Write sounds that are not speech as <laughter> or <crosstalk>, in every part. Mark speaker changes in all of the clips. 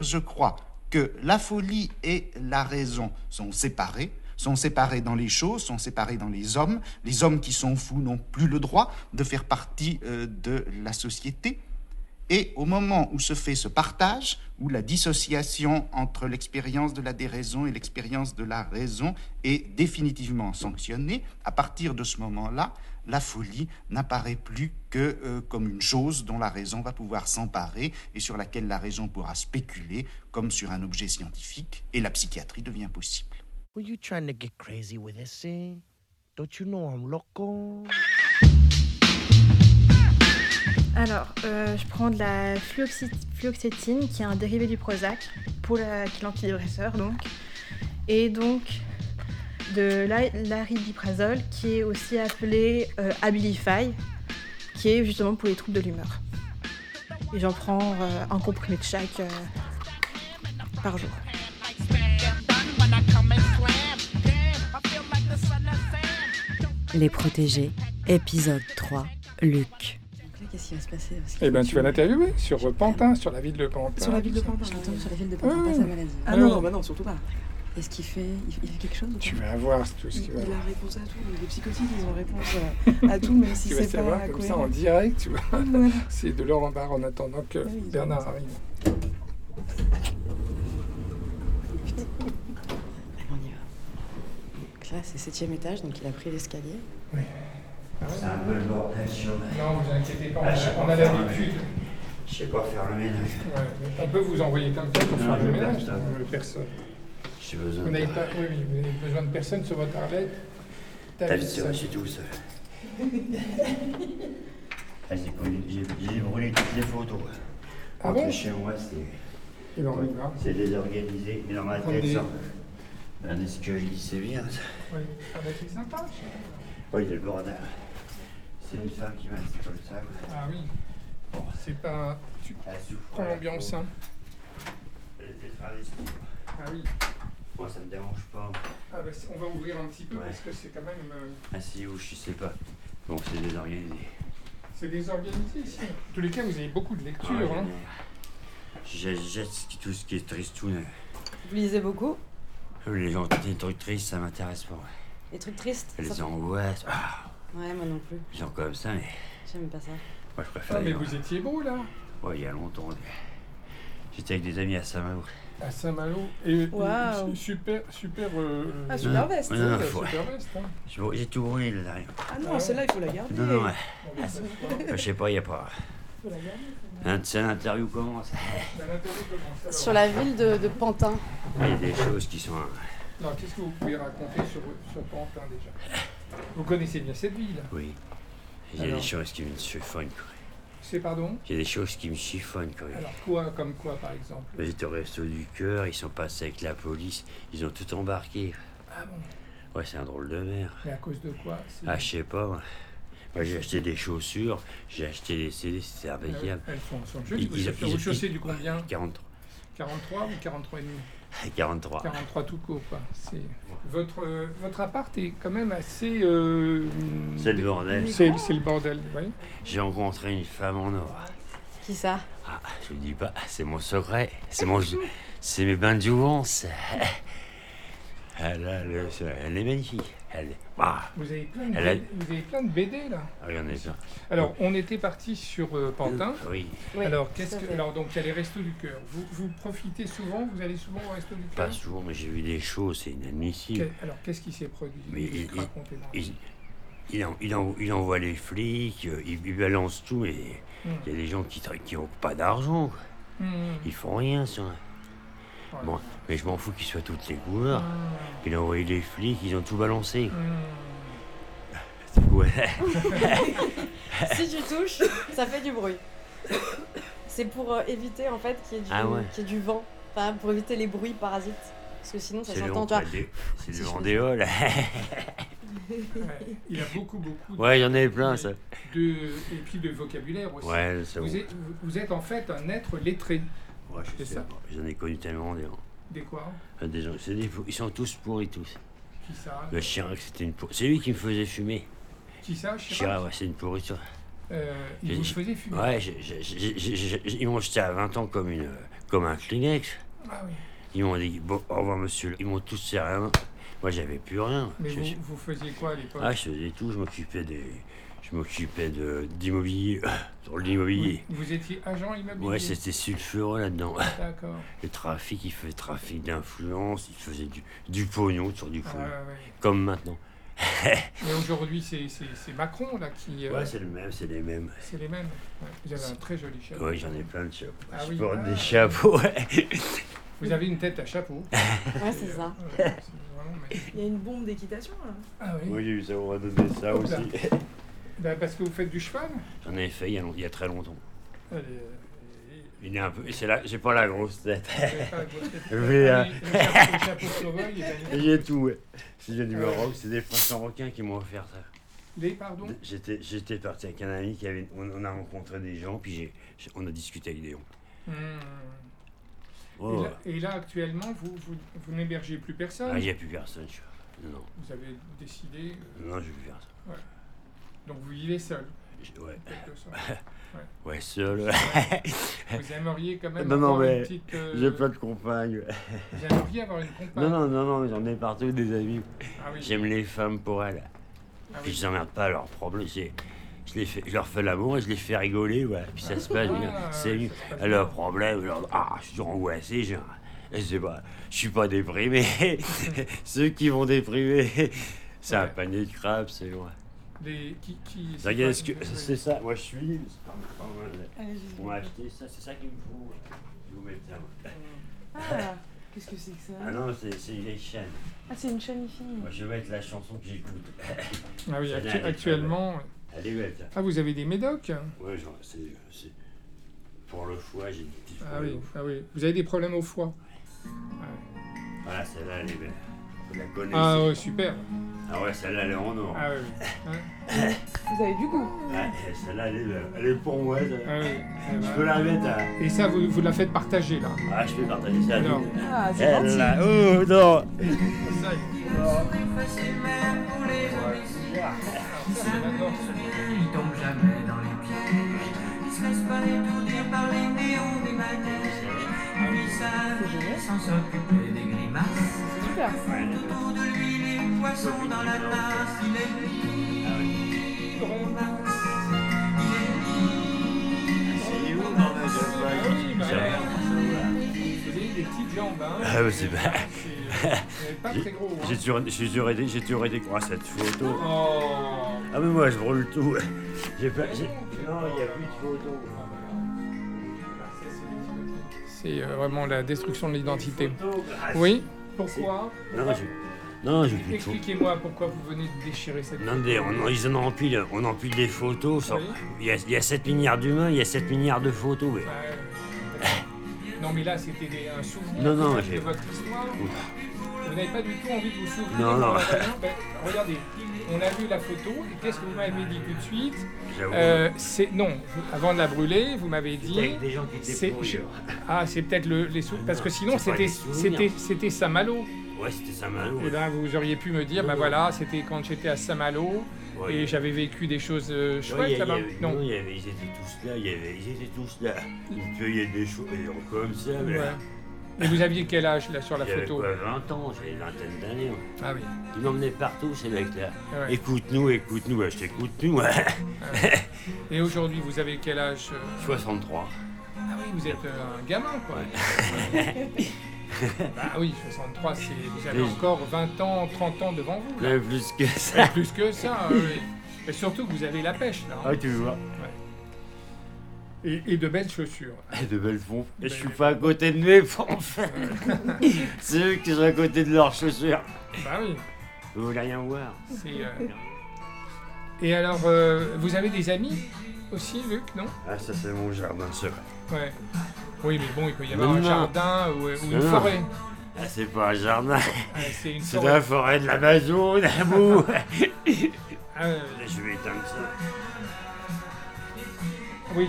Speaker 1: je crois que la folie et la raison sont séparées, sont séparées dans les choses, sont séparées dans les hommes. Les hommes qui sont fous n'ont plus le droit de faire partie euh, de la société. Et au moment où se fait ce partage, où la dissociation entre l'expérience de la déraison et l'expérience de la raison est définitivement sanctionnée, à partir de ce moment-là, la folie n'apparaît plus que euh, comme une chose dont la raison va pouvoir s'emparer et sur laquelle la raison pourra spéculer comme sur un objet scientifique, et la psychiatrie devient possible.
Speaker 2: Were you trying to get crazy with this, eh? Don't you know I'm loco?
Speaker 3: Alors, euh, je prends de la fluoxy- fluoxétine, qui est un dérivé du Prozac, pour la, qui est l'antidépresseur, donc. Et donc, de la- l'aripiprazole, qui est aussi appelé euh, Abilify, qui est justement pour les troubles de l'humeur. Et j'en prends euh, un comprimé de chaque euh, par jour.
Speaker 4: Les protégés, épisode 3, Luc.
Speaker 5: Donc là, Qu'est-ce qui va se passer Parce que
Speaker 6: Eh bien, tu vas
Speaker 5: me-
Speaker 6: l'interviewer sur euh, Pantin, sur la ville de Pantin.
Speaker 5: Sur la ville de
Speaker 6: tout ça.
Speaker 5: Pantin, je l'ai entendu sur la ville de
Speaker 6: Ouais,
Speaker 5: Pantin, pas
Speaker 6: ouais.
Speaker 5: sa maladie.
Speaker 6: Ah
Speaker 5: Ah
Speaker 6: non.
Speaker 5: non, bah non, surtout pas. Est-ce qu'il fait, il il fait quelque chose ou
Speaker 6: Tu
Speaker 5: pas
Speaker 6: vas voir tout ce
Speaker 5: il,
Speaker 6: qui va.
Speaker 5: il a réponse à tout. Les psychotiques, ils ont réponse à, à tout, même si
Speaker 6: Tu vas
Speaker 5: c'est pas
Speaker 6: savoir comme ça en
Speaker 5: cohérent.
Speaker 6: direct, tu vois.
Speaker 5: Voilà.
Speaker 6: <laughs> C'est de l'or en barre en attendant que
Speaker 5: oui, ils ont
Speaker 6: Bernard
Speaker 5: ça.
Speaker 6: arrive.
Speaker 5: Allez, on y va. Donc là, c'est septième étage, donc il a pris l'escalier.
Speaker 7: C'est un peu le bordel sur ma-
Speaker 6: Non, vous inquiétez pas, on
Speaker 7: Ah, je
Speaker 6: a- on a
Speaker 7: comprends, ouais.
Speaker 6: l'habitude.
Speaker 7: Je sais pas faire le ménage.
Speaker 6: Ouais, mais On peut vous envoyer comme ça pour
Speaker 7: Non,
Speaker 6: faire le
Speaker 7: je veux
Speaker 6: ménage.
Speaker 7: personne.
Speaker 6: vous voulez personne.
Speaker 7: J'ai besoin
Speaker 6: Vous n'avez
Speaker 7: de
Speaker 6: pas, oui, oui, vous n'avez besoin de personne sur votre arlette.
Speaker 7: T'as vu,
Speaker 6: T'habites
Speaker 7: ça,
Speaker 6: seul.
Speaker 7: je suis
Speaker 6: <laughs>
Speaker 7: tout seul. Ah, j'ai connu- j'ai j'ai brûlé toutes les photos.
Speaker 6: Ah
Speaker 7: Rentrer
Speaker 6: bon
Speaker 7: chez moi, c'est
Speaker 6: Et ben, on y va.
Speaker 7: c'est désorganisé. Mais dans ma
Speaker 6: Prendre
Speaker 7: tête,
Speaker 6: des-
Speaker 7: ça. Ben, ce que je dis, c'est bien. ça.
Speaker 6: Oui, ça va être sympa. je sais pas.
Speaker 7: Oui, le bordel. C'est une femme qui m'a dit comme ça.
Speaker 6: Ah oui. C'est pas. Tu
Speaker 7: Elle souffre.
Speaker 6: prends l'ambiance, hein.
Speaker 7: Elle était travestie.
Speaker 6: Ah oui.
Speaker 7: Moi, ça me dérange pas.
Speaker 6: Ah bah, on va ouvrir un petit peu
Speaker 7: Ouais.
Speaker 6: parce que c'est quand même. euh,
Speaker 7: Assis où, je sais pas. Bon, c'est désorganisé.
Speaker 6: c'est désorganisé ici. En tous les cas, vous avez beaucoup de
Speaker 7: Ah,
Speaker 6: lectures.
Speaker 7: j'en ai-
Speaker 6: hein.
Speaker 7: Je jette ce qui- tout ce qui est tristoun. hein.
Speaker 8: Vous lisez beaucoup
Speaker 7: Les gens, des trucs tristes, ça m'intéresse pas.
Speaker 8: Les trucs tristes ça-
Speaker 7: Les angoisses, ah,
Speaker 8: Ouais, moi non plus.
Speaker 7: genre comme ça, mais
Speaker 8: J'aime pas ça.
Speaker 7: moi je
Speaker 6: Ah,
Speaker 7: préfère.
Speaker 6: mais
Speaker 7: les gens.
Speaker 6: vous étiez beau là
Speaker 7: Ouais, il y a longtemps. mais- J'étais avec des amis à Saint-Malo.
Speaker 6: à Saint-Malo. Et
Speaker 3: Waouh.
Speaker 6: su- super, super. euh,
Speaker 5: Ah,
Speaker 6: euh,
Speaker 5: super
Speaker 7: Non,
Speaker 5: veste.
Speaker 7: non,
Speaker 5: hein.
Speaker 7: non, faut-
Speaker 6: super veste, hein.
Speaker 7: je- J'ai tout brûlé là derrière.
Speaker 5: Ah non, celle-là, il faut la garder.
Speaker 7: Non, non, ouais.
Speaker 6: Bon, bah, c'est-
Speaker 7: je sais pas, il n'y a pas. Un de ces interviews commence.
Speaker 6: c'est à l'intérieur de mon salon.
Speaker 8: Sur la ville de, de Pantin.
Speaker 7: Il y a des choses qui sont. hein,
Speaker 6: Non, qu'est-ce que vous pouvez raconter sur, sur Pantin déjà Vous connaissez bien cette ville.
Speaker 7: Oui. Il y a
Speaker 6: Alors.
Speaker 7: des choses qui me chiffonnent. quoi.
Speaker 6: C'est pardon
Speaker 7: Il y a des choses qui me chiffonnent. quoi.
Speaker 6: Alors quoi, comme quoi par exemple
Speaker 7: Ils étaient au resto du cœur, ils sont passés avec la police, ils ont tout embarqué.
Speaker 6: Ah bon
Speaker 7: Ouais, c'est un drôle de mer.
Speaker 6: Mais à cause de quoi c'est-
Speaker 7: Ah, je sais pas. moi. Moi, j'ai acheté des chaussures, j'ai acheté des CD, c'était
Speaker 6: Ah oui,
Speaker 7: impeccable.
Speaker 6: Elles sont, sont jolies.
Speaker 7: Ils-
Speaker 6: Vous,
Speaker 7: ils-
Speaker 6: chaussez-
Speaker 7: ils-
Speaker 6: vous chaussez
Speaker 7: ils-
Speaker 6: du combien
Speaker 7: 43. <laughs>
Speaker 6: 43 ou 43 et demi
Speaker 7: 43.
Speaker 6: 43 tout court, quoi. C'est... Votre, euh, votre appart est quand même assez... euh,
Speaker 7: C'est le bordel.
Speaker 6: C'est, c'est le bordel, oui.
Speaker 7: J'ai rencontré une femme en or.
Speaker 8: Qui ça
Speaker 7: Ah, je vous dis pas, c'est mon secret. C'est mon, c'est mes bains de jouvence. <laughs> Elle, a le- elle est magnifique. Elle, ah,
Speaker 6: Vous avez plein de,
Speaker 7: Elle a-
Speaker 6: B- vous avez plein de BD, là.
Speaker 7: regardez ça.
Speaker 6: Alors, on était parti sur euh, Pantin.
Speaker 7: Oui,
Speaker 8: Oui,
Speaker 6: alors, qu'est-ce
Speaker 8: tout à
Speaker 6: que...
Speaker 8: fait.
Speaker 6: Alors, donc, il y a les Restos du Cœur. Vous, vous profitez souvent Vous allez souvent au Restos du Cœur
Speaker 7: pas souvent, mais j'ai vu des choses, c'est inadmissible.
Speaker 6: Que- Alors, qu'est-ce qui s'est produit
Speaker 7: Mais il- il-
Speaker 6: Racontez-moi.
Speaker 7: Il, il, en- il en- il envoie les flics, euh, il, il balance tout, mais
Speaker 6: Hmm.
Speaker 7: il y a des gens qui tra- qui n'ont pas d'argent. quoi.
Speaker 6: Hmm.
Speaker 7: Ils font rien, ça.
Speaker 6: Ouais.
Speaker 7: Bon, mais je m'en fous qu'ils soient toutes les couleurs.
Speaker 6: Hmm.
Speaker 7: Il a envoyé les flics, ils ont tout balancé. <laughs> quoi.
Speaker 6: Hmm.
Speaker 7: C'est
Speaker 8: <laughs>
Speaker 7: quoi
Speaker 8: si tu touches, ça fait du bruit. <coughs> C'est pour euh, éviter en fait qu'il y, ait du-
Speaker 7: Ah ouais.
Speaker 8: qu'il y ait du vent. Enfin, pour éviter les bruits parasites. Parce que sinon, ça
Speaker 7: C'est le
Speaker 8: s'entend. tu vois.
Speaker 7: Vendée- c'est
Speaker 8: Si
Speaker 7: le
Speaker 8: je
Speaker 7: Vendéol.
Speaker 6: Ouais, Il a beaucoup, beaucoup de-
Speaker 7: <laughs> Ouais, il y en avait plein, ça.
Speaker 6: de... Et puis de vocabulaire aussi.
Speaker 7: Ouais, c'est bon.
Speaker 6: Vous êtes, vous êtes en fait un être lettré.
Speaker 7: Ouais, je
Speaker 6: c'est
Speaker 7: sais
Speaker 6: ça.
Speaker 7: pas. J'en ai connu tellement des gens.
Speaker 6: Des quoi hein
Speaker 7: Euh, Des gens c'est des fous. ils sont tous pourris, tous.
Speaker 6: Qui ça
Speaker 7: Le Chirac, c'était une pourriture. C'est lui qui me faisait fumer.
Speaker 6: Qui ça Chirac
Speaker 7: Chirac, ouais, c'est une pourriture.
Speaker 6: Euh, Il
Speaker 7: J'ai-
Speaker 6: vous faisait fumer.
Speaker 7: Ouais, j'ai- j'ai- j'ai- j'ai- j'ai- ils m'ont jeté à 20 ans comme une, euh, comme un Kleenex.
Speaker 6: Ah oui.
Speaker 7: Ils m'ont dit bon, au revoir monsieur. Ils m'ont tous serré la main. Moi j'avais plus rien.
Speaker 6: Mais
Speaker 7: Je-
Speaker 6: vous, vous faisiez quoi à l'époque
Speaker 7: Ah, je faisais tout, je m'occupais des. Je m'occupais de d'immobilier. <laughs> Sur
Speaker 6: vous,
Speaker 7: l'immobilier.
Speaker 6: vous étiez agent immobilier.
Speaker 7: Ouais, c'était sulfureux là-dedans. <laughs>
Speaker 6: D'accord.
Speaker 7: Le trafic, il faisait trafic d'influence, il faisait du, du pognon sur du
Speaker 6: Ah,
Speaker 7: pognon.
Speaker 6: ouais, ouais.
Speaker 7: Comme maintenant.
Speaker 6: Mais aujourd'hui, c'est- c'est c'est Macron là qui. euh,
Speaker 7: Ouais, c'est le même, c'est les mêmes.
Speaker 6: c'est les mêmes. Ouais, Vous avez un très joli chapeau.
Speaker 7: Ouais, j'en ai plein de chapeaux.
Speaker 6: Ah
Speaker 7: je
Speaker 6: oui,
Speaker 7: porte
Speaker 6: ah.
Speaker 7: des chapeaux, ouais.
Speaker 6: Vous avez une tête à
Speaker 7: <laughs>
Speaker 6: chapeau.
Speaker 8: Ouais, c'est ça.
Speaker 6: Ouais, c'est vraiment magnifique.
Speaker 9: Il y a une bombe d'équitation là.
Speaker 6: Ah oui.
Speaker 7: Oui, ça, on va donner ça
Speaker 6: Hop
Speaker 7: aussi.
Speaker 6: là. Bah, parce que vous faites du cheval
Speaker 7: J'en avais fait il y, a long- il y a très longtemps.
Speaker 6: Allez,
Speaker 7: Il est un peu. C'est là, j'ai pas la
Speaker 6: <laughs>
Speaker 7: grosse tête.
Speaker 6: Je
Speaker 7: <laughs> vais, euh,
Speaker 6: Le chapeau, le chapeau sauvage, il est magnifique.
Speaker 7: J'ai tout, ouais. Si j'ai du Maroc, c'est des princes marocains qui m'ont offert ça.
Speaker 6: Les, pardon
Speaker 7: <laughs> J'étais, j'étais parti avec un ami qui avait. On, on a rencontré des gens, puis j'ai, j'ai- on a discuté avec des gens.
Speaker 6: Hmm.
Speaker 7: Oh,
Speaker 6: Et, là, et là, actuellement, vous, vous, vous n'hébergez plus personne
Speaker 7: ah, il n'y a plus personne, tu vois. Non,
Speaker 6: Vous avez décidé, euh,
Speaker 7: non, non, je vais faire ça.
Speaker 6: donc vous vivez seul,
Speaker 7: J'ai- Ouais,
Speaker 6: en
Speaker 7: <laughs>
Speaker 6: quelque sorte.
Speaker 7: ouais,
Speaker 6: Euh.
Speaker 7: seul.
Speaker 6: Vous aimeriez quand même
Speaker 7: Non, non,
Speaker 6: avoir
Speaker 7: mais
Speaker 6: une petite... euh,
Speaker 7: <laughs> J'ai pas de compagne.
Speaker 6: Vous aimeriez avoir une compagne
Speaker 7: Non, non, non, non, j'en ai partout des amis.
Speaker 6: Ah oui,
Speaker 7: J'aime les femmes pour elles.
Speaker 6: ah
Speaker 7: Puis
Speaker 6: oui.
Speaker 7: je les emmerde pas à leurs problèmes. c'est- Je, les fais, je leur fais l'amour et je les fais rigoler, ouais. Puis ça se passe bien.
Speaker 6: Ah,
Speaker 7: C'est
Speaker 6: ouais,
Speaker 7: mieux.
Speaker 6: ça se passe
Speaker 7: Leur
Speaker 6: bien.
Speaker 7: problème, leur. Ah, je suis angoissé, je. Je sais pas, je suis pas déprimé. <laughs> Ceux qui vont déprimer, c'est un
Speaker 6: Ouais.
Speaker 7: panier de crabes, c'est moi.
Speaker 6: Les- qui, qui, c'est
Speaker 7: Regarde,
Speaker 6: pas-
Speaker 7: est-ce que-
Speaker 6: oui.
Speaker 7: c'est ça, moi je suis. pardon, pardon, On m'a acheté ça, c'est ça qu'il me faut. Je vous mets le terme.
Speaker 9: Ah, qu'est-ce que c'est que ça
Speaker 7: Ah non, c'est c'est une vieille chaîne.
Speaker 9: Ah, c'est une chaîne fille.
Speaker 7: Moi je vais mettre la chanson que j'écoute.
Speaker 6: Ah oui,
Speaker 7: Ça
Speaker 6: actu-
Speaker 7: vient avec-
Speaker 6: actuellement...
Speaker 7: Elle est hein. belle, ça.
Speaker 6: Ah, vous avez des médocs Ah
Speaker 7: Ouais, genre, c'est. c'est- Pour le foie, j'ai des petits
Speaker 6: Ah
Speaker 7: problèmes.
Speaker 6: oui, ah oui. Vous avez des problèmes au foie
Speaker 7: Voilà, Ah, celle-là, elle est belle. Vous la connaissez.
Speaker 6: Ah ouais, super.
Speaker 7: Ah ouais, celle-là, elle est en or.
Speaker 6: Ah oui,
Speaker 7: <laughs>
Speaker 6: oui.
Speaker 9: Vous avez du goût.
Speaker 7: Ah, eh, celle-là, elle est belle. Elle est pour moi. celle-là.
Speaker 6: Ah oui. Eh
Speaker 7: Je
Speaker 6: ben,
Speaker 7: peux la mettre à.
Speaker 6: Et ça, vous, vous la faites partager, là.
Speaker 7: Ah, je peux partager ça.
Speaker 6: Non.
Speaker 9: Ah, c'est
Speaker 7: Elle
Speaker 9: gentil.
Speaker 7: là, oh non
Speaker 6: Ça,
Speaker 9: C'est super.
Speaker 6: Ah bah,
Speaker 7: Ah,
Speaker 6: Vous avez des petites jambes, hein
Speaker 7: Ah, mais c'est pas-
Speaker 6: C'est euh, pas très gros,
Speaker 7: J'ai
Speaker 6: hein
Speaker 7: toujours, j'ai toujours été, j'ai toujours été quoi cette photo
Speaker 6: Oh
Speaker 7: Ah mais moi je brûle tout. <laughs> J'ai pas, j'ai-
Speaker 6: photo. C'est euh, vraiment la destruction de l'identité. Oui Pourquoi
Speaker 7: Non, je, non, j'ai plus de photos.
Speaker 6: Expliquez-moi pourquoi vous venez de déchirer cette
Speaker 7: Non, mais on, ils en empilent, on empile des photos. ça-
Speaker 6: Oui.
Speaker 7: Il, y a, il y a 7 milliards d'humains, il y a 7 milliards de photos. Mais...
Speaker 6: Ouais, euh, Non mais là c'était des- un souvenir
Speaker 7: Non, non,
Speaker 6: de
Speaker 7: j'ai-
Speaker 6: votre histoire. Vous n'avez pas du tout envie de vous souvenir.
Speaker 7: Non,
Speaker 6: de la
Speaker 7: non.
Speaker 6: valeur. Ben, regardez, on a vu la photo et qu'est-ce que vous m'avez dit tout de suite
Speaker 7: J'avoue.
Speaker 6: Euh, c'est- Non, vous- avant de la brûler, vous m'avez
Speaker 7: Il y
Speaker 6: dit...
Speaker 7: a des gens qui étaient
Speaker 6: c'est-
Speaker 7: pourris,
Speaker 6: je-
Speaker 7: alors.
Speaker 6: Ah, c'est peut-être le, les sou- Parce que sinon,
Speaker 7: c'est pas
Speaker 6: c'était
Speaker 7: les souvenirs.
Speaker 6: c'était c'était Saint-Malo.
Speaker 7: Ouais, c'était Saint-Malo.
Speaker 6: Et là, vous auriez pu me dire, bah voilà, c'était quand j'étais à Saint-Malo
Speaker 7: Ouais, il y
Speaker 6: et
Speaker 7: a-
Speaker 6: j'avais vécu des choses euh,
Speaker 7: Ouais, il y
Speaker 6: chouettes
Speaker 7: a-
Speaker 6: là-bas.
Speaker 7: il y avait-
Speaker 6: Non.
Speaker 7: non, il y avait- ils étaient tous là, il y avait- ils étaient tous là. Ils faisaient des choses ils ont comme ça, mais
Speaker 6: Ouais. Et vous aviez quel âge là sur la
Speaker 7: j'avais
Speaker 6: photo
Speaker 7: quoi, 20 ans, j'avais une vingtaine d'années. hein. moi.
Speaker 6: Ah oui.
Speaker 7: Ils m'emmenaient partout, ces mecs-là.
Speaker 6: ouais.
Speaker 7: Écoute-nous, écoute-nous, ouais, je hein. t'écoute, nous. <laughs> ouais.
Speaker 6: Et aujourd'hui, vous avez quel âge euh
Speaker 7: 63.
Speaker 6: Ah oui, vous êtes euh, un gamin, quoi. <laughs> bah oui, 63, c'est- vous avez
Speaker 7: Mais-
Speaker 6: encore 20 ans, 30 ans devant vous. là.
Speaker 7: Même plus que <laughs> ça.
Speaker 6: Plus que ça, hein, oui. Et surtout que vous avez la pêche, là. hein.
Speaker 7: Ah, tu vois.
Speaker 6: Et, et de belles chaussures.
Speaker 7: Ah, De belles pompes. Je suis
Speaker 6: Belle.
Speaker 7: pas à côté de mes pompes. <laughs> C'est eux qui sont à côté de leurs chaussures.
Speaker 6: Bah oui.
Speaker 7: Vous voulez rien voir
Speaker 6: C'est, euh, Et alors, euh, vous avez des amis aussi, Luc, non
Speaker 7: Ah, ça, c'est mon jardin secret.
Speaker 6: Ouais. Oui, mais bon, il peut y
Speaker 7: Mais
Speaker 6: avoir un
Speaker 7: non.
Speaker 6: jardin ou, euh, ou une
Speaker 7: Non.
Speaker 6: forêt.
Speaker 7: Ah, c'est pas un jardin. <laughs>
Speaker 6: Ah, c'est une
Speaker 7: C'est
Speaker 6: forêt.
Speaker 7: la forêt de l'Amazon, à <laughs> bout.
Speaker 6: Ah, euh,
Speaker 7: Je vais éteindre ça.
Speaker 6: oui,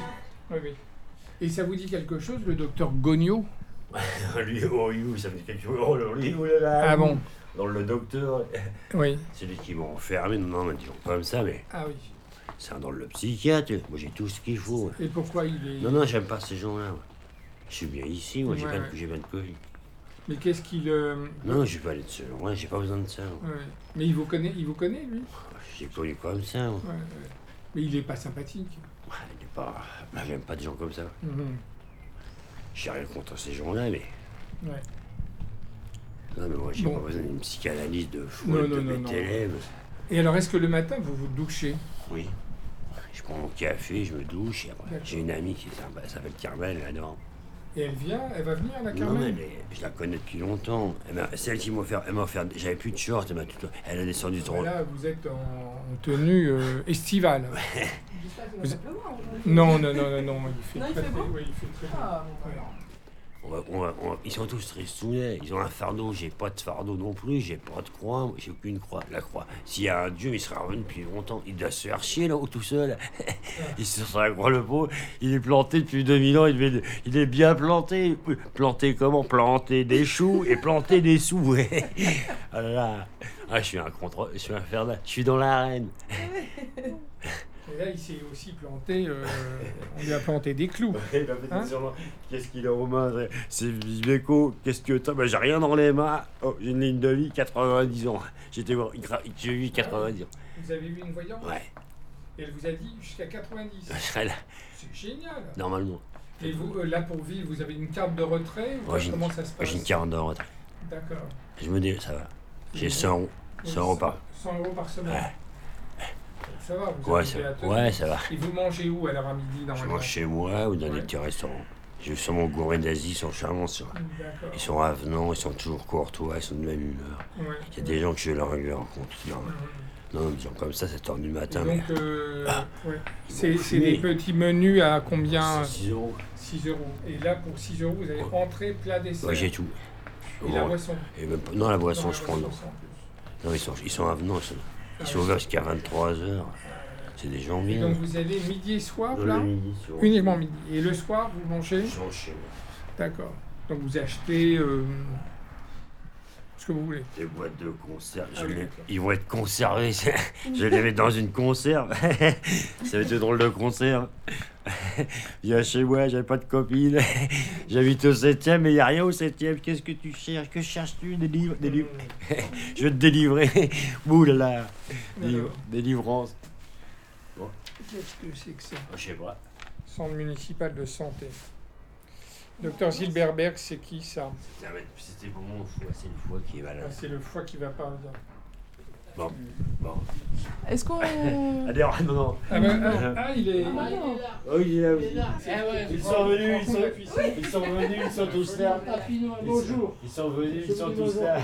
Speaker 6: oui, oui. Et ça vous dit quelque chose, le docteur Gogno
Speaker 7: Lui, oh, you, ça me dit quelque chose. Oh, le lui, oh là là.
Speaker 6: Ah bon
Speaker 7: Dans le docteur.
Speaker 6: Oui.
Speaker 7: C'est lui qui m'a enfermé. Non, non, mais disons pas comme ça, mais
Speaker 6: Ah oui.
Speaker 7: c'est un drôle de psychiatre. Moi, j'ai tout ce qu'il faut.
Speaker 6: Et pourquoi il est...
Speaker 7: Non, non, j'aime pas ces gens-là. ouais. Je suis bien ici, moi j'ai
Speaker 6: Ouais,
Speaker 7: pas,
Speaker 6: ouais.
Speaker 7: de- j'ai pas de couilles.
Speaker 6: Mais qu'est-ce qu'il. euh,
Speaker 7: Non, non, je vais pas aller de seul. Ouais, j'ai pas besoin de ça. moi.
Speaker 6: ouais. Mais il vous connaît, il vous connaît, lui
Speaker 7: J'ai connu comme ça. moi.
Speaker 6: Ouais, ouais. Mais il est pas sympathique.
Speaker 7: Ouais, il est pas. bah, j'aime pas des gens comme ça.
Speaker 6: Mhm.
Speaker 7: J'ai rien contre ces gens-là, mais.
Speaker 6: Ouais.
Speaker 7: Non, mais moi j'ai
Speaker 6: Bon.
Speaker 7: pas besoin d'une psychanalyse de fou,
Speaker 6: Non,
Speaker 7: de
Speaker 6: non, non,
Speaker 7: péter
Speaker 6: non.
Speaker 7: lèvres.
Speaker 6: Et alors, est-ce que le matin, vous vous douchez
Speaker 7: Oui. Je prends mon café, je me douche, et après,
Speaker 6: D'accord.
Speaker 7: j'ai une amie qui est sympa, elle s'appelle Carmel, elle adore.
Speaker 6: Et elle vient Elle va venir, la
Speaker 7: Non, mais
Speaker 6: Carmen
Speaker 7: elle est- je la connais depuis longtemps. Elle m'a- Celle qui m'a offert, elle m'a offert, j'avais plus de shorts, elle m'a tout. Elle a descendu de
Speaker 6: Mais
Speaker 7: rôle.
Speaker 6: Là, vous êtes en, en tenue euh, estivale.
Speaker 9: J'espère qu'il va
Speaker 6: Vous-
Speaker 9: pas pleuvoir aujourd'hui.
Speaker 6: Non, non, non, non, non, il fait,
Speaker 9: Non, il fait
Speaker 6: pas très-
Speaker 9: beau
Speaker 6: ouais, il fait très beau.
Speaker 9: Ah, bon, bah,
Speaker 6: Ouais.
Speaker 9: alors.
Speaker 7: On va- on va- on va- Ils sont tous tristounets, ils ont un fardeau, j'ai pas de fardeau non plus, j'ai pas de croix, moi, j'ai aucune croix, la croix. S'il y a un dieu, il serait revenu depuis longtemps, il doit se faire chier là-haut tout seul. <laughs> il se sur la croix le pauvre, il est planté depuis 2000 ans, il, devait- il est bien planté. Planté comment Planté des choux et planté des sous. ouais. <laughs> ah là là. Ah, je suis un contre, je suis infernal, je suis dans l'arène.
Speaker 6: Et là, il s'est aussi planté, euh, on lui a planté des clous.
Speaker 7: Il m'a fait dire
Speaker 6: Hein
Speaker 7: Eh ben, sûrement, Qu'est-ce qu'il a aux mains c'est- C'est Viveco. Qu'est-ce que t'as Bah, J'ai rien dans les mains. Oh, j'ai une ligne de vie, 90 ans. J'étais voir, il gra- j'ai eu 90 ans.
Speaker 6: Vous avez vu une voyante
Speaker 7: Ouais,
Speaker 6: Et elle vous a dit jusqu'à 90.
Speaker 7: je serais là,
Speaker 6: C'est génial.
Speaker 7: normalement.
Speaker 6: Et vous, euh, là, pour vivre, vous avez une carte de retrait ou
Speaker 7: Ouais, j'ai une-
Speaker 6: Comment ça se
Speaker 7: Moi,
Speaker 6: passe
Speaker 7: J'ai une 40 ans de retraite.
Speaker 6: D'accord.
Speaker 7: Je me dis, ça va. J'ai
Speaker 6: Oui.
Speaker 7: 100 euros. 100 euros par.
Speaker 6: 100 euros par semaine.
Speaker 7: Ouais.
Speaker 6: Donc Ça va, vous
Speaker 7: Ouais,
Speaker 6: arrivez à
Speaker 7: ça,
Speaker 6: tenir.
Speaker 7: ouais, ça va.
Speaker 6: Et vous mangez où alors à midi
Speaker 7: Je
Speaker 6: normalement
Speaker 7: mange chez moi ou dans
Speaker 6: Ouais.
Speaker 7: des petits restaurants. J'ai sûrement gourmet d'Asie, ils sont charmants. ça.
Speaker 6: D'accord.
Speaker 7: Ils sont avenants, ils sont toujours courtois, ils sont de même humeur.
Speaker 6: Ouais.
Speaker 7: Il y a des gens que je leur leur rencontre. Non,
Speaker 6: Mhm.
Speaker 7: non, des gens comme ça, 7 h du
Speaker 6: Et
Speaker 7: matin.
Speaker 6: donc, euh, ouais. c'est
Speaker 7: vont
Speaker 6: c'est des
Speaker 7: Ah. fumer.
Speaker 6: petits menus à combien
Speaker 7: mais... 6 euros.
Speaker 6: 6 euros. Et là, pour 6 euros, vous avez
Speaker 7: Ouais.
Speaker 6: entrée, plat, dessert
Speaker 7: Ouais, j'ai tout.
Speaker 6: et la
Speaker 7: Ouais.
Speaker 6: boisson.
Speaker 7: Et même pas- non, la boisson,
Speaker 6: Non,
Speaker 7: je
Speaker 6: la
Speaker 7: prends. Non,
Speaker 6: boisson, en plus.
Speaker 7: Non, ils, sont, ils sont avenants. Ils sont, ils sont
Speaker 6: Ah,
Speaker 7: ouverts jusqu'à 23h. C'est des gens
Speaker 6: Et
Speaker 7: bien.
Speaker 6: donc, vous allez midi et soir,
Speaker 7: Dans
Speaker 6: là
Speaker 7: le midi, sur-
Speaker 6: Uniquement midi. Et le soir, vous mangez
Speaker 7: Ils sont chez moi.
Speaker 6: D'accord. Donc, vous achetez euh, ce que vous voulez.
Speaker 7: Des boîtes de conserve. je
Speaker 6: Ah oui,
Speaker 7: les-
Speaker 6: d'accord.
Speaker 7: Ils vont
Speaker 6: <laughs>
Speaker 7: être conservés. je vais les mettre dans une conserve. <laughs> Ça va être une drôle de conserve. <laughs> Viens chez moi, j'avais pas de copine. <laughs> J'habite au 7ème, mais il n'y a rien au 7ème. Qu'est-ce que tu cherches Que cherches-tu Des livres, des livres.
Speaker 6: Mmh.
Speaker 7: Je vais te délivrer. <laughs> Ouh là là.
Speaker 6: Mais
Speaker 7: Livre-
Speaker 6: alors,
Speaker 7: Délivrance.
Speaker 6: Qu'est-ce que c'est que ça
Speaker 7: Je sais pas.
Speaker 6: Centre municipal de santé. Docteur Gilbert Berg, c'est qui ça
Speaker 7: Euh. Ah C'était pour mon foie, c'est le foie qui est
Speaker 6: Ah,
Speaker 7: malade.
Speaker 6: C'est le foie qui va pas bien.
Speaker 7: Bon.
Speaker 9: Est-ce qu'on.
Speaker 7: <laughs> Allez, oh, non, non.
Speaker 6: Ah, bah, ah,
Speaker 7: <laughs>
Speaker 6: ah, il est. Ah,
Speaker 9: Ah non.
Speaker 7: Oh, il est là aussi.
Speaker 6: Ils
Speaker 7: sont venus, ils sont-
Speaker 6: ils
Speaker 7: Ils sont venus, ils sont tous là. Bonjour. Ils sont venus, ils sont tous là.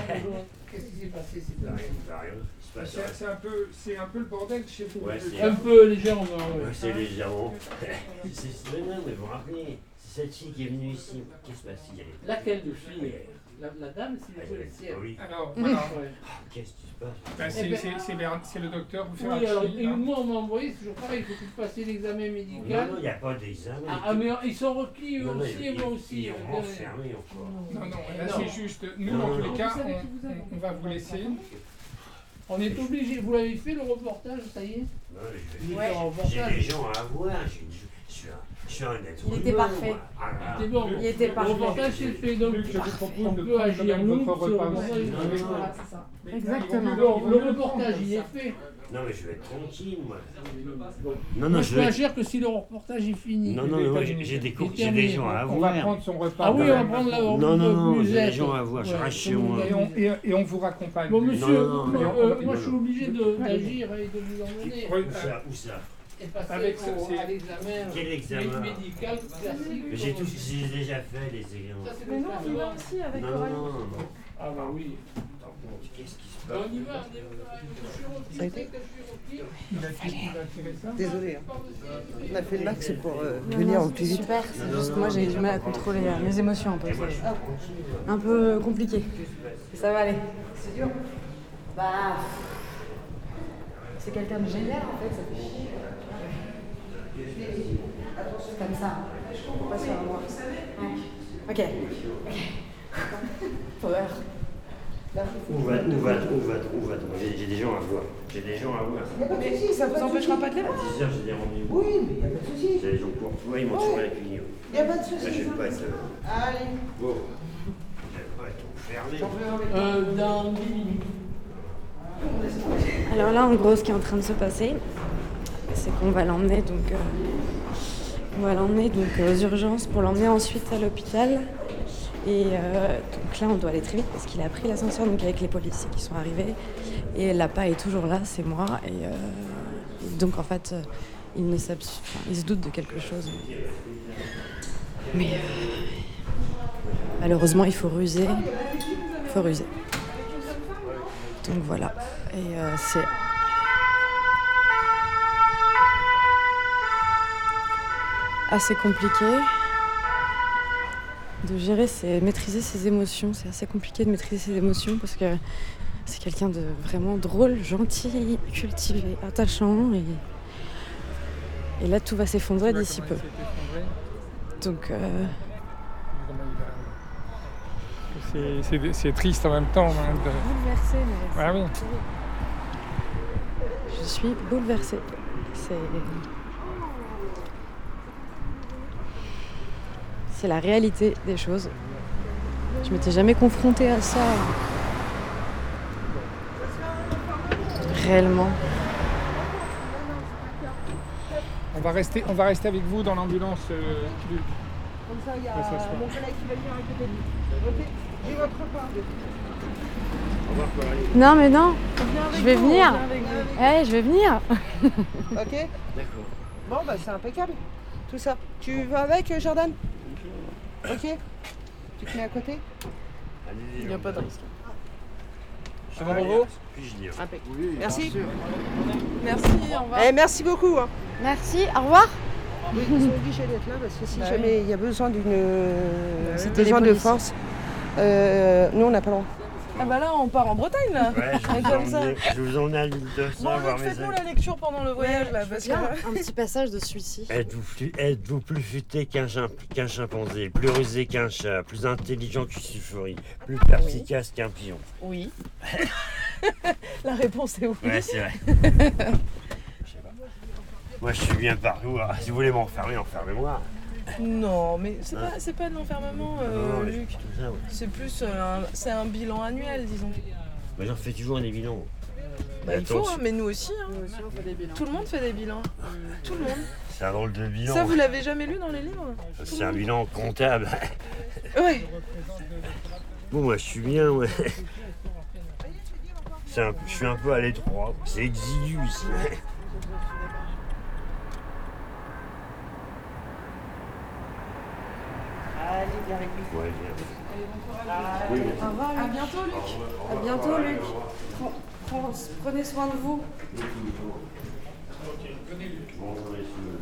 Speaker 7: Bah, Qu'est-ce qui s'est passé
Speaker 6: C'est c'est un, peu- c'est un peu le bordel chez vous.
Speaker 7: Ouais,
Speaker 6: Le-
Speaker 7: c'est-
Speaker 6: Ah,
Speaker 10: peu légèrement.
Speaker 7: Ouais, C'est
Speaker 10: <laughs>
Speaker 7: légèrement. C'est- c'est- Mais non, mais vous vous rappelez, c'est cette fille qui est venue ici. Qu'est-ce qui se passe Il y a les-
Speaker 10: Laquelle
Speaker 7: Ah, il
Speaker 10: de
Speaker 7: y a
Speaker 10: filles
Speaker 7: les-
Speaker 10: la, la dame, c'est
Speaker 7: ah,
Speaker 10: la
Speaker 7: il y a les-
Speaker 10: policière.
Speaker 7: ah oui.
Speaker 6: Alors, voilà.
Speaker 10: Ouais.
Speaker 7: Qu'est-ce qui se passe
Speaker 6: Bah, c'est c'est- c'est Bern- c'est le docteur vous
Speaker 10: Eh ben, Oui,
Speaker 6: faire un
Speaker 10: alors,
Speaker 6: chill,
Speaker 10: et
Speaker 6: hein.
Speaker 10: moi, on m'a envoyé, c'est toujours pareil, il faut que je fasse l'examen
Speaker 7: Non, non, il
Speaker 10: médical.
Speaker 7: n'y a pas d'examen.
Speaker 10: Ah, ah, mais ils sont requis, eux
Speaker 7: Non, non,
Speaker 10: aussi, et
Speaker 7: ils-
Speaker 10: moi
Speaker 7: ils-
Speaker 10: aussi.
Speaker 7: Ils
Speaker 10: euh,
Speaker 7: sont
Speaker 10: bien-
Speaker 7: enfermés encore.
Speaker 6: Non, non, là
Speaker 10: Non.
Speaker 6: c'est juste. Nous,
Speaker 7: Non,
Speaker 6: en tous
Speaker 7: non.
Speaker 6: les cas,
Speaker 9: Vous savez qui vous avez.
Speaker 6: on, on- on va vous laisser.
Speaker 10: On est obligé, vous l'avez fait le reportage, ça y est
Speaker 7: Non, mais je vais-
Speaker 10: Il était en
Speaker 7: J'ai des
Speaker 10: reportage.
Speaker 7: gens à voir, j'ai- je je suis un- je suis un être
Speaker 8: Il était
Speaker 7: humain,
Speaker 8: parfait.
Speaker 7: moi. Ah, ah.
Speaker 10: C'est bon,
Speaker 8: Il était
Speaker 10: le
Speaker 8: parfait.
Speaker 10: reportage c'est fait, donc
Speaker 6: Luc, je vous propose
Speaker 10: on
Speaker 6: de
Speaker 10: peut
Speaker 6: prendre quand
Speaker 10: agir
Speaker 6: même
Speaker 10: nous.
Speaker 6: votre
Speaker 10: sur
Speaker 6: repas.
Speaker 10: le-
Speaker 7: Non, non,
Speaker 9: Voilà, c'est ça.
Speaker 6: Mais
Speaker 9: Exactement.
Speaker 6: ils vont- ils vont
Speaker 10: Le
Speaker 6: le prendre,
Speaker 10: reportage, il est
Speaker 6: ça.
Speaker 10: fait.
Speaker 7: Non, mais je vais être tranquille, moi. Non,
Speaker 10: Moi,
Speaker 7: non,
Speaker 10: je
Speaker 7: je
Speaker 10: peux
Speaker 7: vais.
Speaker 10: agir que si le reportage est fini.
Speaker 7: Non, non, mais moi, j'ai j'ai des, cours- j'ai des gens à
Speaker 6: On va
Speaker 7: voir.
Speaker 6: prendre son repas.
Speaker 10: Ah oui,
Speaker 6: quand
Speaker 10: on va
Speaker 6: même.
Speaker 10: prendre la
Speaker 7: Non, non, non, j'ai des gens à voir, je reste chez moi.
Speaker 6: Et on, et- et on vous raccompagne.
Speaker 10: Bon, monsieur,
Speaker 7: Non,
Speaker 6: non,
Speaker 7: non,
Speaker 10: euh, euh,
Speaker 6: non,
Speaker 10: moi
Speaker 7: non.
Speaker 10: je suis obligé de- d'agir et de vous emmener.
Speaker 7: Où
Speaker 6: euh,
Speaker 7: ça, où ça
Speaker 10: Et passer
Speaker 6: Avec
Speaker 10: au-
Speaker 6: ça, c'est-
Speaker 10: à l'examen
Speaker 7: Quel examen
Speaker 10: médical classique.
Speaker 7: Mais J'ai tout, j'ai déjà fait les examens.
Speaker 10: Ça, c'est
Speaker 9: Mais
Speaker 10: le
Speaker 9: non, on y va
Speaker 10: examen.
Speaker 9: aussi avec
Speaker 7: Non,
Speaker 9: Coralie.
Speaker 7: non, non, non.
Speaker 10: Ah bah oui.
Speaker 7: Attends, bon, Qu'est-ce qui se
Speaker 10: Bah,
Speaker 7: passe
Speaker 10: on y va, on y va. Je suis requis, dès que je suis requis,
Speaker 6: Il a- il a tiré ça.
Speaker 11: Désolé, hein.
Speaker 10: je pars de
Speaker 11: on a fait le max pour euh,
Speaker 5: Non,
Speaker 11: venir
Speaker 5: non,
Speaker 11: au plus
Speaker 5: c'est
Speaker 11: vite.
Speaker 5: Super, c'est juste moi j'ai du mal à contrôler euh, mes émotions un peu. c'est Un peu compliqué. Ça va aller. C'est dur. Bah. C'est quelqu'un de génial en fait, ça fait chier. C'est comme ça. Faut pas se faire <laughs> avoir. Ouais. Ok. Peur.
Speaker 7: Où va, où va, où va, où va J'ai j'ai des gens à voir. J'ai des gens à voir.
Speaker 11: Mais si, ça vous empêchera pas de les voir.
Speaker 7: À 10 heures, j'ai des rendez-vous.
Speaker 11: Oui, mais il n'y a pas de souci.
Speaker 7: J'ai des gens pour toi, ils m'ont
Speaker 11: Ouais.
Speaker 7: trouvé la cuisine.
Speaker 11: Il n'y a pas de souci.
Speaker 7: Là, je vais pas être.
Speaker 11: Allez.
Speaker 7: Bon. Je vais pas être enfermé.
Speaker 10: Euh, dans 10 minutes.
Speaker 8: Alors là, en gros, ce qui est en train de se passer, c'est qu'on va l'emmener donc, euh, on va l'emmener donc euh, aux urgences pour l'emmener ensuite à l'hôpital. Et euh, donc là, on doit aller très vite parce qu'il a pris l'ascenseur donc avec les policiers qui sont arrivés. Et l'APA est toujours là, c'est moi. Et, euh, et donc en fait, euh, il ne s'abs- enfin, il se doute de quelque chose. Mais euh, malheureusement, il faut ruser. Il faut ruser. Donc voilà. Et euh, c'est. assez compliqué de gérer ses, maîtriser ses émotions. C'est assez compliqué de maîtriser ses émotions parce que c'est quelqu'un de vraiment drôle, gentil, cultivé, attachant et, et là tout va s'effondrer d'ici peu. Donc euh,
Speaker 6: C'est- c'est- C'est triste en même temps. hein, de-
Speaker 8: bouleversée, mais
Speaker 6: Ah oui.
Speaker 8: je suis bouleversée. C'est c'est la réalité des choses. Je m'étais jamais confrontée à ça réellement.
Speaker 6: On va rester, on va rester avec vous dans l'ambulance. euh, Luc.
Speaker 11: Comme ça, il y a
Speaker 6: Ouais, ça se voit.
Speaker 11: mon collègue qui va venir à côté de vous. Ok J'ai votre part.
Speaker 7: Au revoir, Coralie.
Speaker 8: Non mais non,
Speaker 11: Viens avec
Speaker 8: je vais
Speaker 11: nous,
Speaker 8: venir.
Speaker 11: viens avec nous.
Speaker 8: Eh, je vais venir.
Speaker 11: Ok
Speaker 7: D'accord.
Speaker 11: Bon, bah c'est impeccable. Tout ça. Tu vas avec, euh, Jordan Ok Tu te mets à côté
Speaker 7: Il n'y a pas de risque.
Speaker 6: Ça va, Bravo.
Speaker 7: Puis-je dire
Speaker 11: Merci.
Speaker 9: Merci, au revoir. Bah
Speaker 11: Eh, merci beaucoup. hein.
Speaker 8: Merci, au revoir.
Speaker 11: Oui, Ils sont obligés d'être là parce que si
Speaker 9: Bah
Speaker 11: jamais il y a besoin d'une
Speaker 8: C'était les
Speaker 11: besoin de
Speaker 8: polices.
Speaker 11: force, euh, nous on n'a pas le droit.
Speaker 9: Ah bah là, on part en Bretagne là.
Speaker 7: Ouais, je
Speaker 9: Et
Speaker 7: vous
Speaker 9: <laughs> comme ça.
Speaker 7: emmène, je vous emmène à l'île de
Speaker 9: Bon,
Speaker 7: Saint
Speaker 9: Luc,
Speaker 7: voir mes
Speaker 9: faites-nous
Speaker 7: amis.
Speaker 9: la lecture pendant le voyage là, parce que.
Speaker 8: un petit passage de celui-ci.
Speaker 7: Êtes-vous plus, êtes-vous plus futé qu'un, chim- qu'un chimpanzé, plus rusé qu'un chat, plus intelligent qu'une sulfurie, plus
Speaker 9: Ah
Speaker 7: perspicace qu'un pion
Speaker 9: Oui. <laughs> la réponse est oui.
Speaker 7: Ouais, c'est vrai. <laughs> Je sais pas. Moi, je suis bien partout. hein. Si vous voulez m'enfermer, enfermez-moi.
Speaker 9: Non, mais c'est pas, c'est pas de l'enfermement, euh,
Speaker 7: Ah. Non, mais
Speaker 9: Luc.
Speaker 7: c'est tout ça, ouais.
Speaker 9: C'est plus euh, un, c'est un bilan annuel, disons.
Speaker 7: Bah, j'en fais toujours des bilans.
Speaker 9: Bah, il
Speaker 7: Attends,
Speaker 9: faut, hein,
Speaker 7: c'est-
Speaker 9: mais nous aussi. hein. Tout le monde fait des bilans.
Speaker 7: Ah.
Speaker 9: Tout le monde.
Speaker 7: c'est un drôle de bilan. hein.
Speaker 9: Ça, vous l'avez jamais lu dans les livres
Speaker 7: C'est un bilan comptable.
Speaker 9: Ouais.
Speaker 7: Bon, moi, je suis bien, ouais. C'est un- je suis un peu à l'étroit. C'est exigu ici.
Speaker 11: Allez, viens avec nous.
Speaker 7: Ouais, bien.
Speaker 11: Oui,
Speaker 8: Au revoir, Luc. À bientôt, Luc. À bientôt, Luc. Prends- prends- Prenez soin de vous.
Speaker 7: Bonjour, messieurs.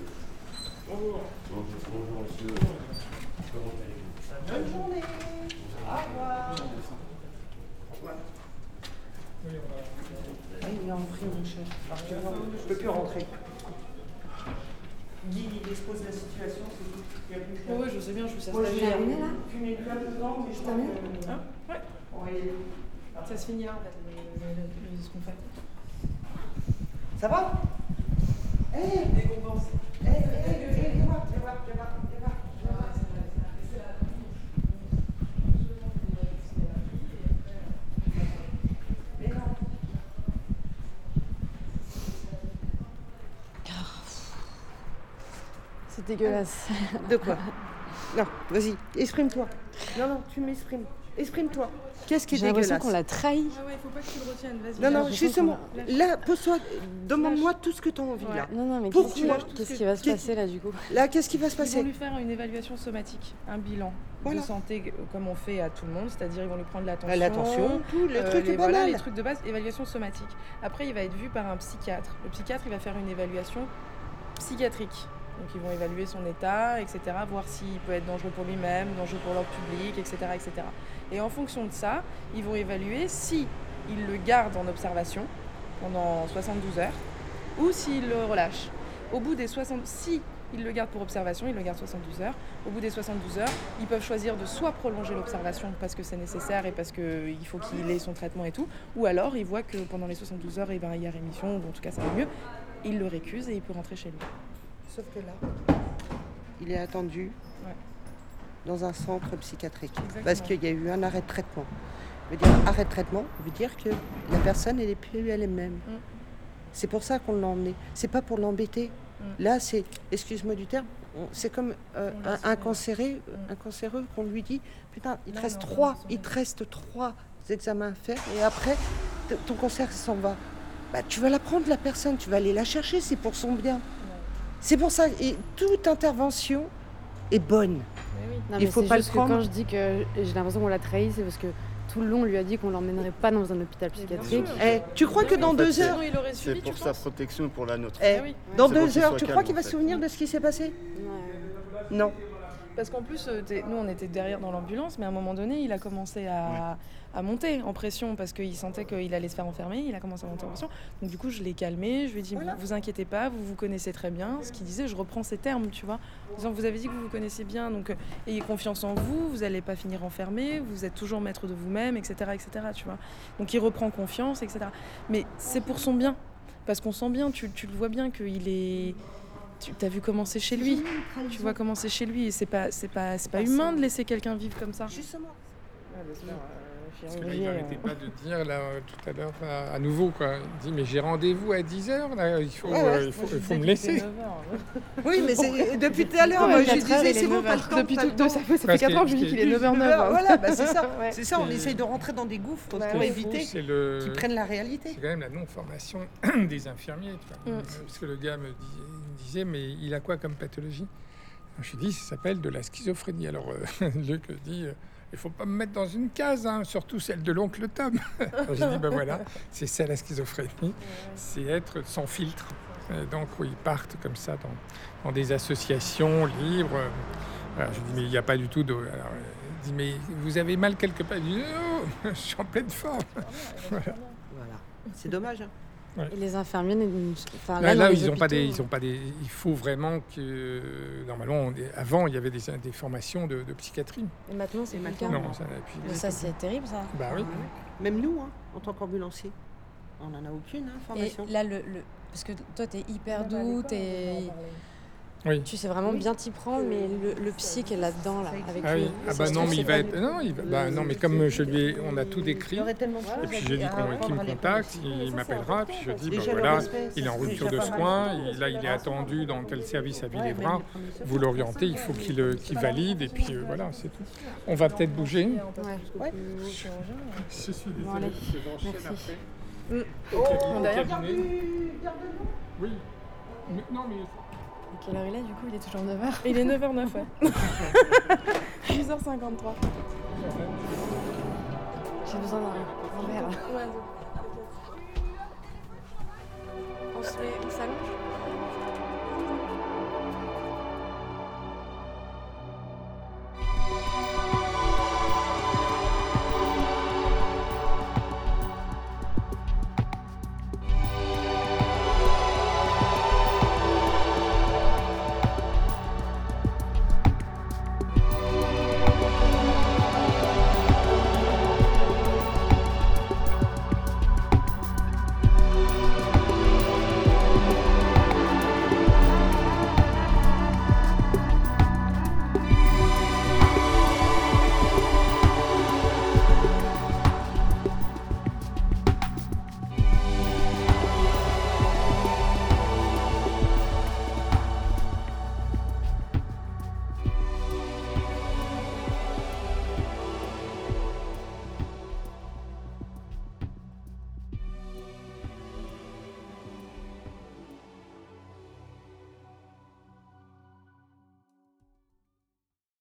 Speaker 7: Bonjour. Bonjour, messieurs. Comment allez-vous
Speaker 11: Bonne journée. Au revoir. Ah, Il est rentré, mon cher. Excusez-moi, Je ne peux plus rentrer. Guy, il expose la situation, c'est tout. Il y a plus que-
Speaker 9: Oui, je sais bien, je vous sais.
Speaker 11: Moi,
Speaker 9: ça.
Speaker 11: j'ai
Speaker 9: se finit.
Speaker 11: terminé, là Fumé une clope dedans, mais je euh, termine.
Speaker 9: Hein Ouais.
Speaker 11: Oui.
Speaker 9: Ça se finit, hein, en fait, le- le- le- ce qu'on fait.
Speaker 11: Ça va Eh,
Speaker 9: Récompense.
Speaker 11: eh, eh, eh, viens voir, viens voir, viens voir, viens voir.
Speaker 8: C'est dégueulasse.
Speaker 11: De quoi Non, vas-y, exprime-toi. Non, non, tu m'exprimes. Exprime-toi. Qu'est-ce qui est
Speaker 8: J'ai l'impression
Speaker 11: dégueulasse
Speaker 8: qu'on l'a trahi.
Speaker 9: Ah Ouais, ouais, faut pas que tu le retiennes, vas-y.
Speaker 11: Non, non,
Speaker 8: J'ai
Speaker 11: justement,
Speaker 8: l'impression
Speaker 11: là, pose-toi, demande-moi tout ce que tu as envie,
Speaker 9: Ouais.
Speaker 11: là.
Speaker 8: Non, non, mais
Speaker 11: Pourquoi
Speaker 8: qu'est-ce qui va- qu'est-ce qui va se
Speaker 11: Qu'est-ce-
Speaker 8: passer là, du coup
Speaker 11: Là, qu'est-ce qui va se
Speaker 9: Ils vont
Speaker 11: passer
Speaker 9: lui faire une évaluation somatique, un bilan
Speaker 11: Voilà. Bah,
Speaker 9: de santé euh, comme on fait à tout le monde, c'est-à-dire ils vont lui prendre l'attention,
Speaker 11: L'attention, tout, les
Speaker 9: euh,
Speaker 11: trucs
Speaker 9: les- voilà,
Speaker 11: banals.
Speaker 9: les trucs de base, évaluation somatique. Après, il va être vu par un psychiatre. Le psychiatre, il va faire une évaluation psychiatrique. Donc ils vont évaluer son état, etc., voir s'il peut être dangereux pour lui-même, dangereux pour l'ordre public, etc., etc. Et en fonction de ça, ils vont évaluer si ils le gardent en observation pendant 72 heures ou s'ils le relâchent. Au bout des 60, si Ils le gardent pour observation, ils le gardent 72 heures. Au bout des 72 heures, ils peuvent choisir de soit prolonger l'observation parce que c'est nécessaire et parce qu'il faut qu'il ait son traitement et tout, ou alors ils voient que pendant les 72 heures, eh ben, il y a rémission, ou en tout cas ça va mieux. Ils le récusent et il peut rentrer chez lui.
Speaker 11: Sauf que là, il est attendu dans un centre psychiatrique parce qu'il y a eu un arrêt de traitement. Je veux dire, arrêt de traitement veut dire que la personne, elle n'est plus elle-même.
Speaker 5: Mm.
Speaker 11: C'est pour ça qu'on l'a emmené. C'est pas pour l'embêter. Là, c'est, excuse-moi du terme, on- c'est comme euh,
Speaker 5: Mm. On l'a Mm.
Speaker 11: un, un cancéré- un cancéreux qu'on lui dit, putain, il te reste trois, il te reste trois examens à faire et après, t- ton cancer s'en va. Bah, tu vas la prendre, la personne, tu vas aller la chercher, c'est pour son bien. C'est pour ça, et toute intervention est bonne.
Speaker 8: Non,
Speaker 11: Il
Speaker 8: mais
Speaker 11: faut
Speaker 8: c'est
Speaker 11: pas le
Speaker 8: juste que
Speaker 11: prendre.
Speaker 8: Quand je dis que j'ai l'impression qu'on l'a trahi, c'est parce que tout le long, on lui a dit qu'on l'emmènerait pas dans un hôpital psychiatrique.
Speaker 11: Eh, tu crois que dans
Speaker 12: En fait,
Speaker 11: deux
Speaker 12: c'est-
Speaker 11: heures,
Speaker 12: C'est pour sa protection, pour la nôtre.
Speaker 11: Eh, dans
Speaker 12: C'est pour
Speaker 11: deux
Speaker 12: qu'il
Speaker 11: heures,
Speaker 12: soit
Speaker 11: tu
Speaker 12: calme,
Speaker 11: crois qu'il
Speaker 12: en
Speaker 11: va
Speaker 12: fait.
Speaker 11: se souvenir de ce qui s'est passé Non.
Speaker 9: Parce qu'en plus, euh, t'es- nous, on était derrière dans l'ambulance, mais à un moment donné, il a commencé à, à monter en pression parce qu'il sentait qu'il allait se faire enfermer. Il a commencé à monter en pression. Donc, du coup, je l'ai calmé. Je lui ai dit vous, vous inquiétez pas, vous vous connaissez très bien. Ce qu'il disait, je reprends ses termes, tu vois. En disant Vous avez dit que vous vous connaissez bien, donc euh, ayez confiance en vous, vous n'allez pas finir enfermé, vous êtes toujours maître de vous-même, etc., etc. Tu vois. Donc, il reprend confiance, etc. Mais c'est pour son bien. Parce qu'on sent bien, tu, tu le vois bien qu'il est. Tu as vu comment c'est chez lui. Tu vois comment c'est chez lui. Et c'est pas, c'est pas, c'est pas
Speaker 8: Bah,
Speaker 9: humain de laisser quelqu'un vivre comme ça.
Speaker 11: Justement. Ah, euh,
Speaker 6: Parce que là, il n'arrêtait pas de dire là, euh, tout à l'heure, là, à nouveau, quoi. Il dit Mais j'ai rendez-vous à 10h, là, il faut,
Speaker 11: Ouais, ouais.
Speaker 6: euh, il faut,
Speaker 11: Moi, je
Speaker 6: il faut
Speaker 11: disais
Speaker 6: me
Speaker 11: que
Speaker 6: laisser.
Speaker 11: c'était Oui, mais c'est- depuis tout à l'heure,
Speaker 9: Ouais,
Speaker 11: moi, je
Speaker 9: quatre heures,
Speaker 11: disais,
Speaker 9: il est
Speaker 11: c'est bon,
Speaker 9: neuf
Speaker 11: pas le
Speaker 9: heures.
Speaker 11: temps.
Speaker 9: Depuis
Speaker 11: pas le
Speaker 9: tout- deux,
Speaker 11: temps.
Speaker 9: ça fait- ça fait Parce quatre que- heures que je dis qu'il est neuf heures, neuf
Speaker 11: <laughs>
Speaker 9: heures.
Speaker 11: Voilà, bah, c'est <laughs> ça.
Speaker 9: Ouais.
Speaker 11: C'est Bah ça, on
Speaker 6: C'est-
Speaker 11: essaye de rentrer dans des gouffres
Speaker 6: Parce
Speaker 11: pour
Speaker 6: que
Speaker 11: éviter
Speaker 6: c'est le-
Speaker 11: qu'ils prennent la réalité.
Speaker 6: C'est quand même la non-formation <clears throat> des infirmiers. tu vois.
Speaker 11: Mm.
Speaker 6: Parce que le gars me, dis- me disait, mais il a quoi comme pathologie Je lui ai dit, ça s'appelle de la schizophrénie. Alors, euh, <laughs> Luc dit, euh, il faut pas me mettre dans une case, hein, surtout celle de l'oncle Tom. <laughs> Alors, J'ai dit, ben voilà, c'est ça la schizophrénie, c'est être sans filtre. Et donc, oui, ils partent comme ça dans, dans des associations libres. Alors, je lui dis, mais il n'y a pas du tout de... Alors, euh, il dit, mais vous avez mal quelque part. Il dit, non, <laughs> je suis en pleine forme. Voilà.
Speaker 11: Voilà. C'est dommage. hein.
Speaker 8: Et les infirmiers, ne-
Speaker 11: Ah,
Speaker 8: enfin,
Speaker 6: Là,
Speaker 8: là,
Speaker 6: là,
Speaker 8: dans les
Speaker 6: ils n'ont pas des,
Speaker 8: hôpitaux,
Speaker 6: ils ont pas des. Il faut vraiment que euh, normalement, on est- avant, il y avait des, des formations de, de psychiatrie.
Speaker 8: Et maintenant, c'est plus le
Speaker 11: Ah
Speaker 8: cas.
Speaker 6: Non, ça, et puis-
Speaker 8: Mais ça, c'est terrible, ça.
Speaker 6: Bah oui.
Speaker 11: Même nous, hein, en tant qu'ambulanciers, on n'en a aucune hein,
Speaker 8: Et
Speaker 11: formation.
Speaker 8: là, le, le- parce que toi, t'es hyper doux, t'es-
Speaker 6: Oui.
Speaker 8: tu sais vraiment bien t'y prendre, mais le, le psy qui est là-dedans, là, avec
Speaker 6: Ah
Speaker 8: lui,
Speaker 6: oui. Ah
Speaker 8: ça
Speaker 6: bah
Speaker 8: se
Speaker 6: non,
Speaker 8: trouve,
Speaker 6: mais
Speaker 8: c'est
Speaker 6: il va
Speaker 8: pas
Speaker 6: être.
Speaker 8: lui.
Speaker 6: Non, il va- bah non, mais comme je lui, ai- on a tout décrit.
Speaker 11: aurait tellement de
Speaker 6: Et
Speaker 11: choses
Speaker 6: puis
Speaker 11: à
Speaker 6: j'ai dit
Speaker 11: dire, à
Speaker 6: qu'on- qu'il me
Speaker 11: apprendre à
Speaker 6: contacte, il m'appellera, puis je dis bah
Speaker 11: Déjà, le
Speaker 6: voilà,
Speaker 11: respect,
Speaker 6: il est en
Speaker 11: c'est
Speaker 6: rupture
Speaker 11: déjà pas
Speaker 6: de
Speaker 11: mal.
Speaker 6: soins, il- là il est attendu dans tel service à Villévrin. Vous l'orientez, il faut qu'il euh, qu'il valide, et puis euh, voilà, c'est tout. On va peut-être bouger.
Speaker 11: Ouais.
Speaker 6: Je suis
Speaker 11: Bon, allez.
Speaker 6: désolé.
Speaker 11: Merci.
Speaker 6: Mm.
Speaker 11: Oh,
Speaker 6: Au
Speaker 11: d'ailleurs,
Speaker 6: cabinet. Oui. Mais- non, mais.
Speaker 8: Quelle heure il est du coup Il est toujours 9h
Speaker 9: Il est 9h09, ouais. 10h53.
Speaker 8: J'ai besoin d'un verre.
Speaker 9: On se met, on s'allonge